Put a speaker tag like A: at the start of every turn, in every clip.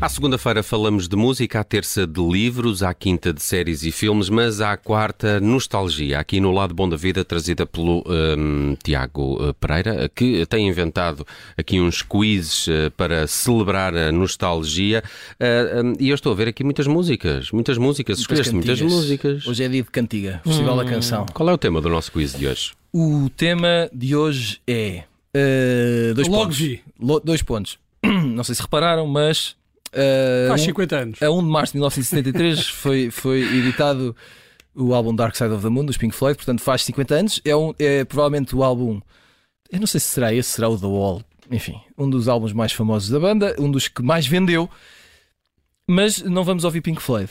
A: À segunda-feira falamos de música, à terça de livros, à quinta de séries e filmes, mas à quarta nostalgia, aqui no Lado Bom da Vida, trazida pelo hum, Tiago Pereira, que tem inventado aqui uns quizzes eh, para celebrar a nostalgia. Ah, hum, e eu estou a ver aqui muitas músicas, muitas músicas, escolheste muitas
B: cantigas.
A: músicas.
B: Hoje é dia de cantiga, Festival da Canção.
A: Qual é o tema do nosso quiz de hoje?
B: O tema de hoje é. eh, dois
C: Logo
B: pontos.
C: vi.
B: Lo- dois pontos. Não sei se repararam, mas. eh,
C: Faz
B: um-
C: 50 anos.
B: a 1 de março de 1973 foi, foi editado o álbum Dark Side of the Moon dos Pink Floyd, portanto faz 50 anos. É, um, é provavelmente o álbum, eu não sei se será esse, será o The Wall, enfim, um dos álbuns mais famosos da banda, um dos que mais vendeu. Mas não vamos ouvir Pink Floyd.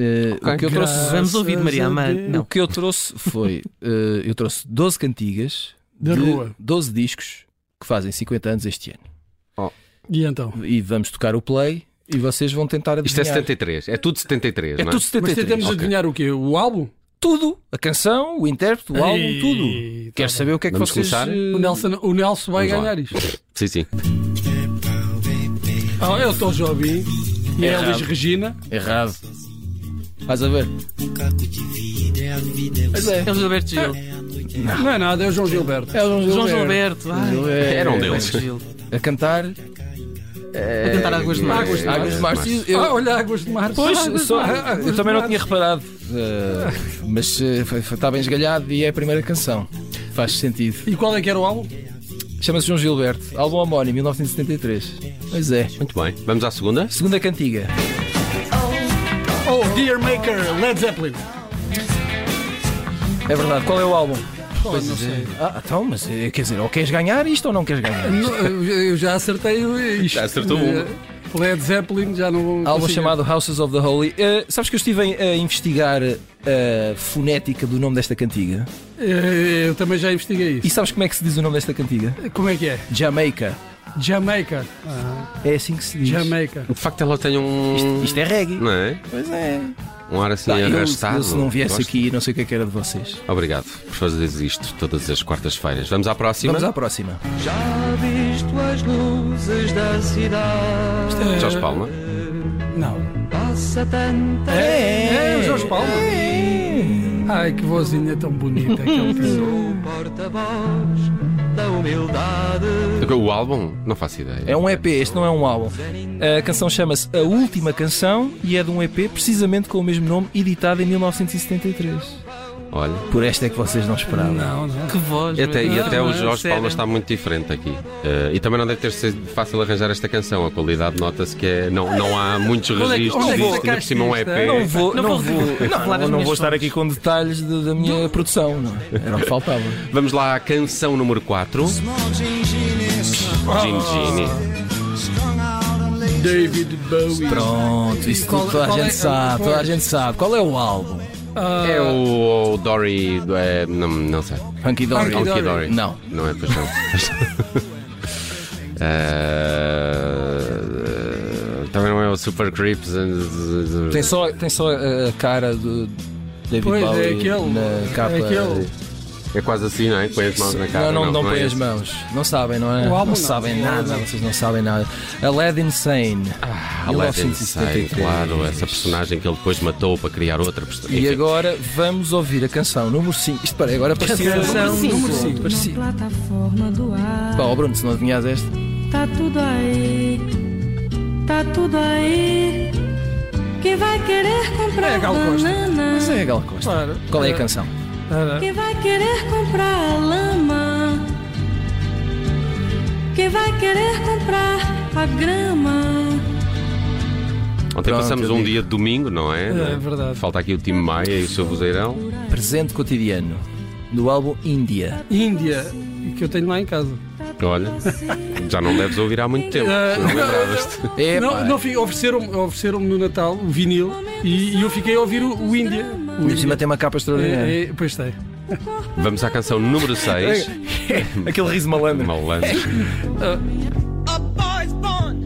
B: Eh,
A: Ok.
B: o, que eu trouxe,
C: Graças
D: Vamos ouvir de
C: a
D: Mariama.
C: Deus.
B: o
D: Não.
B: que eu trouxe foi: eh, eu trouxe 12 cantigas
C: Da
B: de
C: rua.
B: 12 discos que fazem 50 anos este ano.
C: E então?
B: E vamos tocar o play e vocês vão tentar adivinhar.
A: Isto é 73, é tudo 73,
B: É
A: não é?
B: tudo
C: Mas
B: 73.
C: tentamos
A: Ok.
C: adivinhar o quê? O álbum?
B: tudo. A canção, o intérprete, o álbum,
C: Ei,
B: tudo.
C: tá
B: Quero
C: bem.
B: saber o que é que
A: Vamos
B: vocês...
A: começar?
B: eh,
C: O Nelson, o Nelson vai
A: Vamos lá.
C: ganhar isto.
A: Sim, sim.
C: Ah, é o Tom Jobim e
B: É
C: a Elis
B: errado.
C: Regina.
B: Errado. Vais a ver. Mas é.
D: É o Gilberto Gil.
C: Não é nada, é o João Gilberto.
B: É o
D: João Gilberto. Ai,
B: Gilberto. É,
A: Era um deles.
D: Gilberto Gil.
B: A cantar...
D: Vou tentar águas de mar.
A: É,
C: Águas de Mar.
B: Águas de Marcio. Eu,
C: Ah, olha, Águas de Mar.
B: Pois,
C: Águas de
B: só-
C: Mar, Águas
B: eu
C: de
B: também não
C: Mar.
B: tinha reparado. eh, mas eh, foi- foi- está bem esgalhado e é a primeira canção. Faz sentido.
C: E qual é que era o álbum?
B: Chama-se João Gilberto. Álbum homónimo, 1973. Pois é.
A: Muito bem. Vamos à segunda?
B: Segunda cantiga.
C: Oh, Dear Maker, Led Zeppelin.
B: É verdade. Qual é o álbum?
C: Oh, não sei.
B: Ah, então, mas eh, quer dizer, ou queres ganhar isto ou não queres ganhar?
C: Não, eu- Eu já acertei isto.
A: Já acertou uma.
C: Eh, Led Zeppelin, já não.
B: um. álbum
C: consigo.
B: chamado Houses of the Holy. Eh, sabes que eu estive em- a investigar eh, a fonética do nome desta cantiga?
C: Eh, Eu também já investiguei
B: E
C: isso.
B: sabes como é que se diz o nome desta cantiga?
C: Como é que é?
B: Jamaica.
C: Jamaica. Ah.
B: É assim que se diz.
C: Jamaica.
A: De facto, ela tem um.
B: Isto, isto é reggae.
A: Não é?
B: Pois é.
A: Um ar assim
B: Pá, eu,
A: arrastado.
B: eu se não viesse
A: Gosto.
B: aqui, não sei o que é que era de vocês.
A: Obrigado por fazeres isto todas as quartas-feiras. Vamos à próxima.
B: Vamos à próxima.
A: Jorge Palma.
C: Não.
B: É,
C: É o Jorge Palma.
B: É.
C: Ai, que vozinha tão bonita que ele tem.
A: O álbum? Não faço ideia.
B: É um EP, este não é um álbum. A canção chama-se A Última Canção e é de um EP precisamente com o mesmo nome, editado em 1973.
A: Olha.
B: Por esta é que vocês não esperavam.
C: Não, não.
D: Que voz.
A: E até, e
D: meu.
A: até
D: Não,
A: o
D: não,
A: Jorge
D: sério.
A: Palma está muito diferente aqui. Eh, e também não deve ter sido fácil arranjar esta canção. A qualidade nota-se que é, não, não há muitos
D: Onde é que-
A: registros.
D: onde é que
A: disto, ainda por
C: sacaste
A: cima é um
C: isto,
A: EP.
B: Não vou, não,
D: Não vou-
B: vou,
D: vou
B: não,
D: falar das
B: não
D: minhas
B: vou estar
D: fontes.
B: aqui com detalhes de- da minha produção, não. é? Era o que faltava.
A: Vamos lá à canção número 4. Gin Gini.
C: David Bowie.
B: Pronto, isso
C: Qual-
B: tudo toda a
C: qual é-
B: gente sabe, toda a
C: pois.
B: gente sabe. Qual é o álbum?
C: Ah,
A: É o, o Dory. é, não, não sei.
B: Hunky Dory.
C: Hunky
A: Hunky Dory.
B: Não.
A: Não é pois não. Eh, também não é o Super Creeps. and-
B: Tem só, tem só a a cara do David
C: Pois, é
B: Bowie
C: aquele,
B: na capa.
C: é aquele.
A: É quase assim, não é? Põe as mãos na cara.
B: Não, não, não, põem
A: é
B: as
A: isso.
B: mãos. Não sabem, não é?
C: O álbum
B: não
C: não,
B: sabem
C: o álbum
B: nada,
C: não.
B: vocês não sabem nada. Aladdin Sane.
A: Ah, Aladdin Sane,
B: 1973.
A: claro, essa personagem que ele depois matou para criar outra personagem.
B: E agora vamos ouvir a canção número 5. Isto parei, agora parecia.
C: Canção número cinco.
B: Parecia.
E: plataforma do ar.
B: Pá, ó Bruno, se não adivinhas esta.
E: Tá tudo aí, tá tudo aí. Quem vai querer comprar
C: É, Gal Costa.
E: banana?
B: Mas é a Gal Costa.
C: Claro.
B: Qual é a canção?
C: Ah,
E: Quem vai querer comprar lama? Quem vai querer comprar a grama?
A: Ontem
B: Pronto,
A: passamos
B: eu
A: um
B: digo.
A: dia de domingo, não é?
C: É verdade.
A: Falta aqui o time Maia e o seu vozeirão.
B: Presente Cotidiano, do álbum Índia.
C: Índia, que eu tenho lá em casa.
A: Olha, já não deves ouvir há muito tempo.
C: Ah,
A: se Não lembravas-te.
B: É,
C: Não,
B: pá.
C: não fi- ofereceram-me ofereceram no Natal o vinil e, e eu fiquei a ouvir o, o Índia. O
B: Ainda por
C: Índia.
B: cima tem uma capa extraordinária.
C: É, é, pois tem.
A: Vamos à canção número
C: É,
A: 6.
B: Aquele riso malandro.
A: Malandro.
F: A boy's born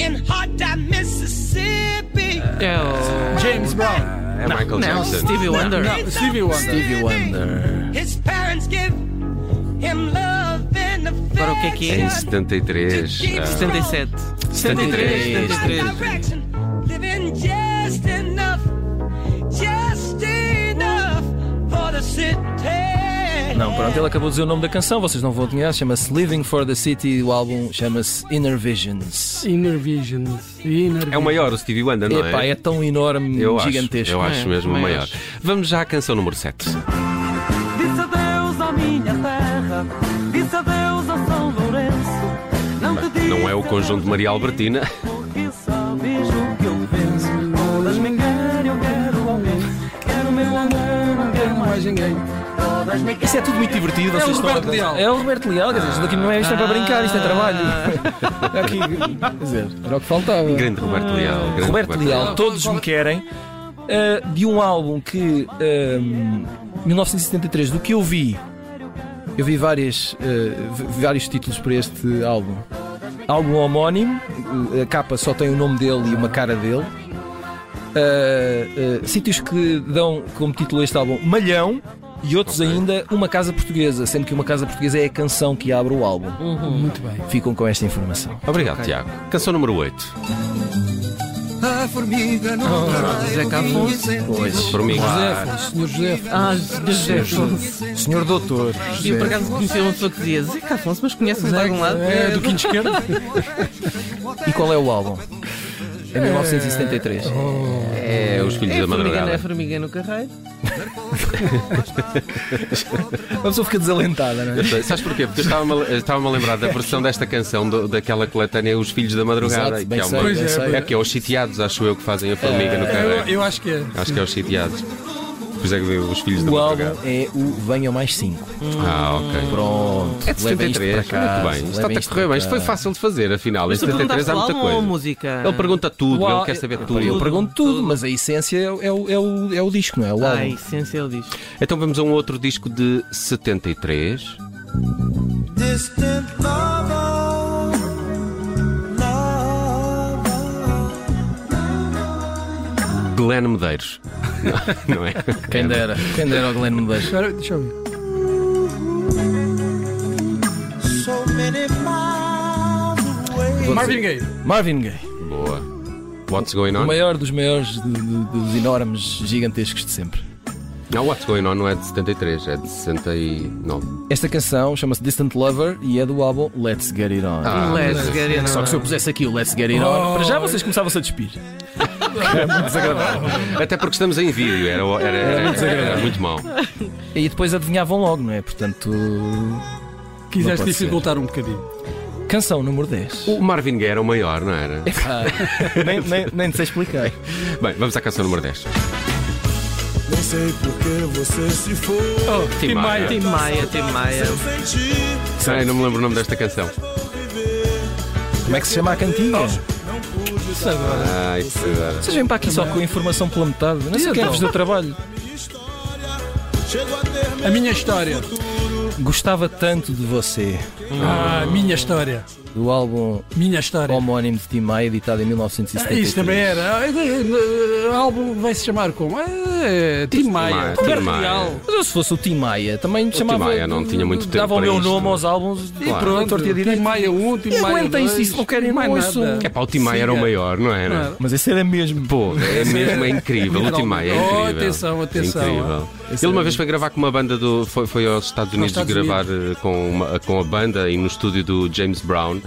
F: in Hot Dam, Mississippi.
D: É o.
C: James Brown.
A: É Michael
D: Não,
A: Jackson.
D: Stevie Wonder.
C: Stevie Wonder.
B: Stevie Wonder.
F: His parents give
D: Agora o que é que é?
A: Em 73. ah,
D: 77.
A: 73,
D: 73.
F: direction, living just enough, just enough for the city.
B: Não, pronto, ele acabou de dizer o nome da canção, vocês não vão adivinhar, chama-se Living for the City, o álbum chama-se Inner Visions.
C: Inner Visions. Inner
A: É o maior, o Stevie Wonder, não
B: Epá, é tão enorme,
A: Eu acho,
B: gigantesco.
A: eu
D: não é?
A: acho mesmo o
D: Também
A: maior.
D: acho.
A: Vamos já à canção número 7.
G: Disse adeus à minha terra, disse adeus a São Lourenço. Não, te disse
A: Não é o conjunto de Maria Albertina.
G: Porque só vejo o que eu penso. Todas me enganam, eu quero alguém. Quero meu amor, não quero mais ninguém. Todas me
B: Isso é tudo muito divertido, vocês estão
C: Roberto
B: a...
C: Leal.
B: É o Roberto Leal, quer dizer, isto daqui não é isto é para brincar, isto é trabalho. Aqui, quer dizer, era o que faltava.
A: Grande Roberto Leal. grande
B: Roberto Leal, todos me querem. eh, de um álbum que. eh, 1973, do que eu vi. Eu vi várias, eh, v- vários títulos para este álbum. Álbum homónimo, eh, a capa só tem o nome dele e uma cara dele. Eh, eh, sítios que dão como título a este álbum Malhão e outros ainda Uma Casa Portuguesa, sendo que Uma Casa Portuguesa é a canção que abre o álbum.
C: Muito bem.
B: Ficam com esta informação.
A: Obrigado, Tiago. Canção número 8.
G: A formiga não trai
D: José Cafonso.
A: Pois. Formiga.
C: José, senhor José.
D: Ah, José Afonso.
B: Senhor Doutor.
D: E eu por acaso conheci uma pessoa que dizia Zé Afonso, mas conhece-me de algum lado?
B: É, do quinto esquerdo. E qual é o álbum? É 1973.
A: É os filhos
D: É
A: da
D: a formiga, não é
A: madrugada.
D: a formiga no carreiro?
B: A pessoa fica desalentada, não é?
A: Sabes porquê? Porque eu estava-me a- estava-me a lembrar da versão desta canção do- daquela coletânea Os Filhos da Madrugada.
B: Exato, bem
A: que é,
B: sei,
C: bem sei.
A: é que é os sitiados, acho eu, que fazem a formiga no
C: Eu,
A: carreiro.
C: eu acho que é.
A: Acho que é os sitiados. Pois é que veio os filhos da
B: O álbum
A: madrugada.
B: é o Venham Mais 5.
A: Ah, ok.
B: Pronto.
A: É de
B: levem isto
A: 73.
B: para
A: Muito
B: casa,
A: bem.
B: levem
A: Isto está a
B: isto
A: correr
B: para
A: bem. Isto foi
B: casa.
A: fácil de fazer, afinal. Em
D: Mas tu
A: 73 há muita
D: perguntaste lá ou a
A: coisa.
D: música?
A: Ele pergunta tudo,
B: Uau,
A: ele quer saber
B: eu-
A: tudo.
B: Eu pergunto tudo, mas a essência é, o- é o, é, o, é o disco, não é? O
D: Ah,
B: álbum.
D: essência ele diz.
A: Então vamos a um outro disco de 73.
G: Distant lover, lover.
A: Glenn Medeiros. Não, não é?
B: Quem dera. Quem dera o Glenn Medeiros.
C: Espera, deixa eu ver.
G: So many miles away.
C: Marvin Gaye.
B: Marvin Gaye.
A: Boa. What's going
B: O
A: on?
B: maior dos maiores, de- de- dos enormes, gigantescos de sempre.
A: Não, What's Going On não é de 73, é de 69.
B: Esta canção chama-se Distant Lover e é do álbum Let's Get It On.
A: Ah,
D: Let's
A: mas-
D: get it
B: Só
D: on.
B: que se eu pusesse aqui o Let's Get It On, para já vocês começavam-se a despir.
A: Até porque estamos em vídeo, era, era, era, era muito mal.
B: E depois adivinhavam logo, não é? Portanto,
C: Quiseste
B: pode
C: dificultar um bocadinho.
B: canção número Ah. 10.
A: O Marvin Gaye era o maior, não era?
B: nem, nem, nem sei explicar.
A: Bem, vamos à canção número 10.
G: Não sei porque você se foi.
A: Oh, Tim Maia.
D: Tem Maia, tem Maia.
A: Ai, não me lembro o nome desta canção.
B: Como é que se chama a cantiga?
A: Ai, que verdade.
B: Vocês vêm para aqui só com a informação pela metade. Não sei o que é-vos do trabalho.
C: A minha história.
B: Gostava tanto de você,
C: Ah, minha história.
B: do álbum
C: Minha história.
B: homónimo de Tim Maia, editado em
C: Ah,
B: 1973.
C: Isso também era. Ah, O álbum vai se chamar como? Ah, Tim Maia.
A: Maia,
C: Roberto
A: Tim Maia.
C: Leal.
B: Mas eu, se fosse o Tim Maia, também me
A: Tim
B: chamava.
A: Maia não tinha muito tempo
B: Dava o
A: para
B: meu
A: isto,
B: nome
A: não é?
B: aos álbuns e
A: Claro.
B: pronto, tortia
C: Tim
B: direito.
C: Maia 1, Tim Maia 2.
B: Aguentem-se isso, não querem
C: mais
B: mais
C: nada.
B: nada.
A: É pá, o Tim Maia era o maior, não era?
B: Mas esse era mesmo.
A: Pô, é mesmo, é incrível. O Tim Maia é
C: Oh,
A: incrível.
C: atenção, atenção.
A: Incrível. Ele
B: é
A: uma vez foi gravar com uma banda do. Foi, foi aos Estados Unidos
C: Estados
A: gravar eh, Com, uma- com a banda e no estúdio do James Brown,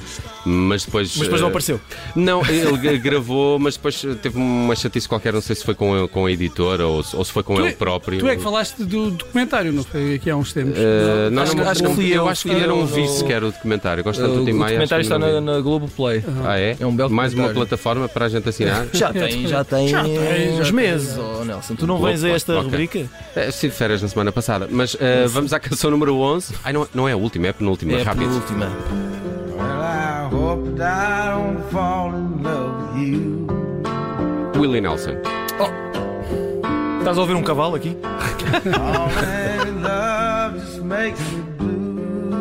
A: mas depois.
B: Mas depois não
A: eh,
B: apareceu.
A: Não, ele gra- gravou, mas depois teve uma chatice qualquer, não sei se foi com, ele- com a editora ou, se- ou se foi com
C: Tu
A: ele
C: é-
A: próprio.
C: Tu é que falaste do documentário, não foi? Aqui há uns tempos.
A: Eh, não,
B: Acho
A: não,
B: que- acho que
A: não,
B: fui eu,
A: eu acho que
B: fui
A: ainda
B: eu
A: não vi
B: no- Uh,
A: sequer o documentário. Gosto tanto
B: o
A: do Tim Maia.
B: documentário
A: acho que
B: está
A: ainda
B: na,
A: não vi.
B: na Globoplay.
A: Ah, é?
B: É um belo
A: Mais uma
B: documentário.
A: plataforma para a gente assinar?
B: Já tem, já tem,
C: já
B: uns
C: tem.
B: meses, oh Nelson. Tu não
A: Opa,
B: vens a esta
A: ok.
B: rubrica?
A: É, eu estive de férias na semana passada, mas eh, vamos à canção número 11. Ai, não, não é a última, é a penúltima,
B: É a
A: rápido.
B: penúltima.
G: I hope that I don't fall in love with you.
A: Willie Nelson.
B: Estás a ouvir um cavalo aqui?
G: Already love just makes me blue.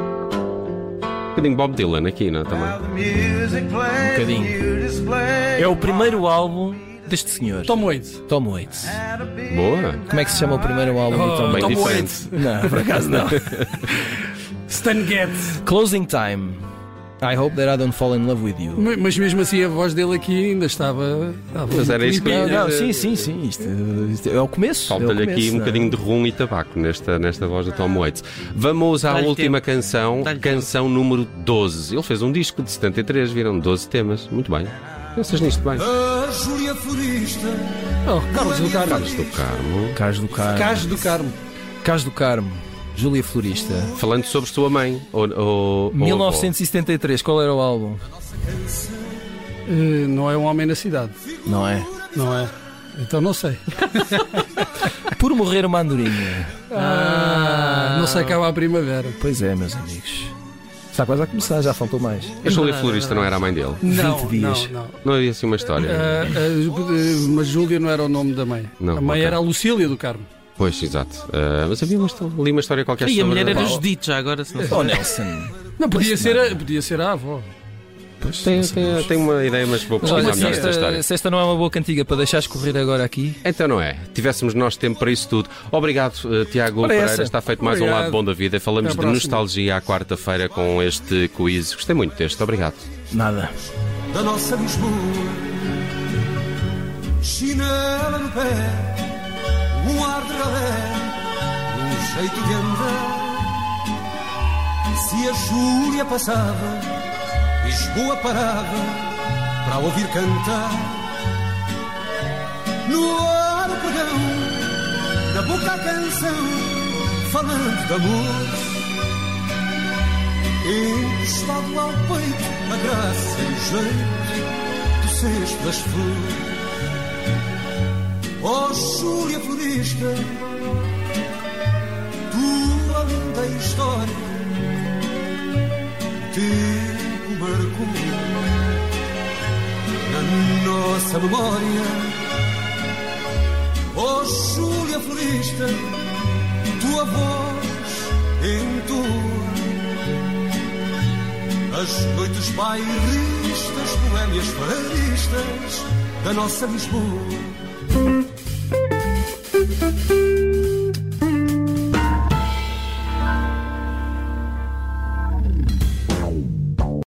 A: Um bocadinho Bob Dylan aqui, não é,
G: Now
A: também?
G: the music plays
B: Bocadinho.
G: and you display.
B: É o primeiro álbum deste senhor, Tom,
C: Tom Waits.
B: Waits.
A: Boa.
B: Como é que se chama o primeiro álbum do Tom
A: Bem
B: Waits?
A: diferente.
B: Não, por acaso não.
C: Stan Getz.
B: Closing time. I hope that I don't fall in love with you.
C: Ma- Mas mesmo assim a voz dele aqui ainda estava. estava
A: Mas era isso que eu
B: Não,
A: ia-
B: não, sim, sim, sim. Isto, isto é o começo.
A: Falta-lhe
B: é o começo,
A: aqui um
B: não é?
A: bocadinho de rum e tabaco nesta, nesta voz do Tom Waits. Vamos à
D: Ah. Dá-lhe
A: última
D: tempo.
A: canção,
D: Dá-lhe
A: canção número 12. Ele fez um disco de 73, viram 12 temas. Muito bem. Pensas nisto bem.
C: Oh, Carlos do Carmo.
A: Carlos do Carmo.
B: Cais do Carmo.
C: Carlos do Carmo.
B: Cais do Carmo. Júlia Florista.
A: Falando sobre sua mãe. Ou, ou- ou-
B: 1973, qual era o álbum?
C: Eh, não é um homem na cidade,
B: Não é?
C: não é? Então não sei.
B: Por morrer uma andorinha.
C: Ah, Não sei acaba a primavera.
B: Pois é, meus amigos. Está quase a começar, já faltou mais.
A: A Júlia Florista não era a mãe dele.
C: Não,
B: 20 dias.
C: não, não.
A: Não havia assim uma história.
C: Ah, ah, mas Júlia não era o nome da mãe.
A: Não,
C: a mãe
A: ok.
C: era a Lucília do Carmo.
A: Pois, exato. Ah, mas havia uma, histó- li uma história qualquer
D: E a
A: sobre-
D: mulher era
A: Pá,
D: Judite já agora, se não
B: Oh, Nelson.
C: Não, podia ser, a, podia ser a avó.
A: Tem, tem, tem uma ideia, mas vou pesquisar
B: Olha,
A: melhor
B: se
A: esta história.
B: esta, se esta não é uma boa cantiga para deixar escorrer agora aqui.
A: Então não é. Tivéssemos nós tempo para isso tudo. Obrigado, eh, Tiago
B: Ora,
A: Pereira.
B: essa.
A: Está feito mais um
C: Obrigado.
A: lado bom da vida. Falamos de
C: Até à próxima.
A: nostalgia à quarta-feira com este quiz. Gostei muito deste. Obrigado.
B: Nada.
G: da nossa Lisboa. Chinela no pé, um ar de ralé, um jeito de andar. Se a Júlia passava, Lisboa parava para ouvir cantar. No ar o pregão, na boca a canção, falando de amor. Encostado ao peito, a graça e o jeito do cesto das flores. Ó Júlia Florista, tua linda história, o tempo marcou na nossa memória. Ó Júlia Florista, tua voz entoa as noites bairristas, boémias faristas da nossa Lisboa.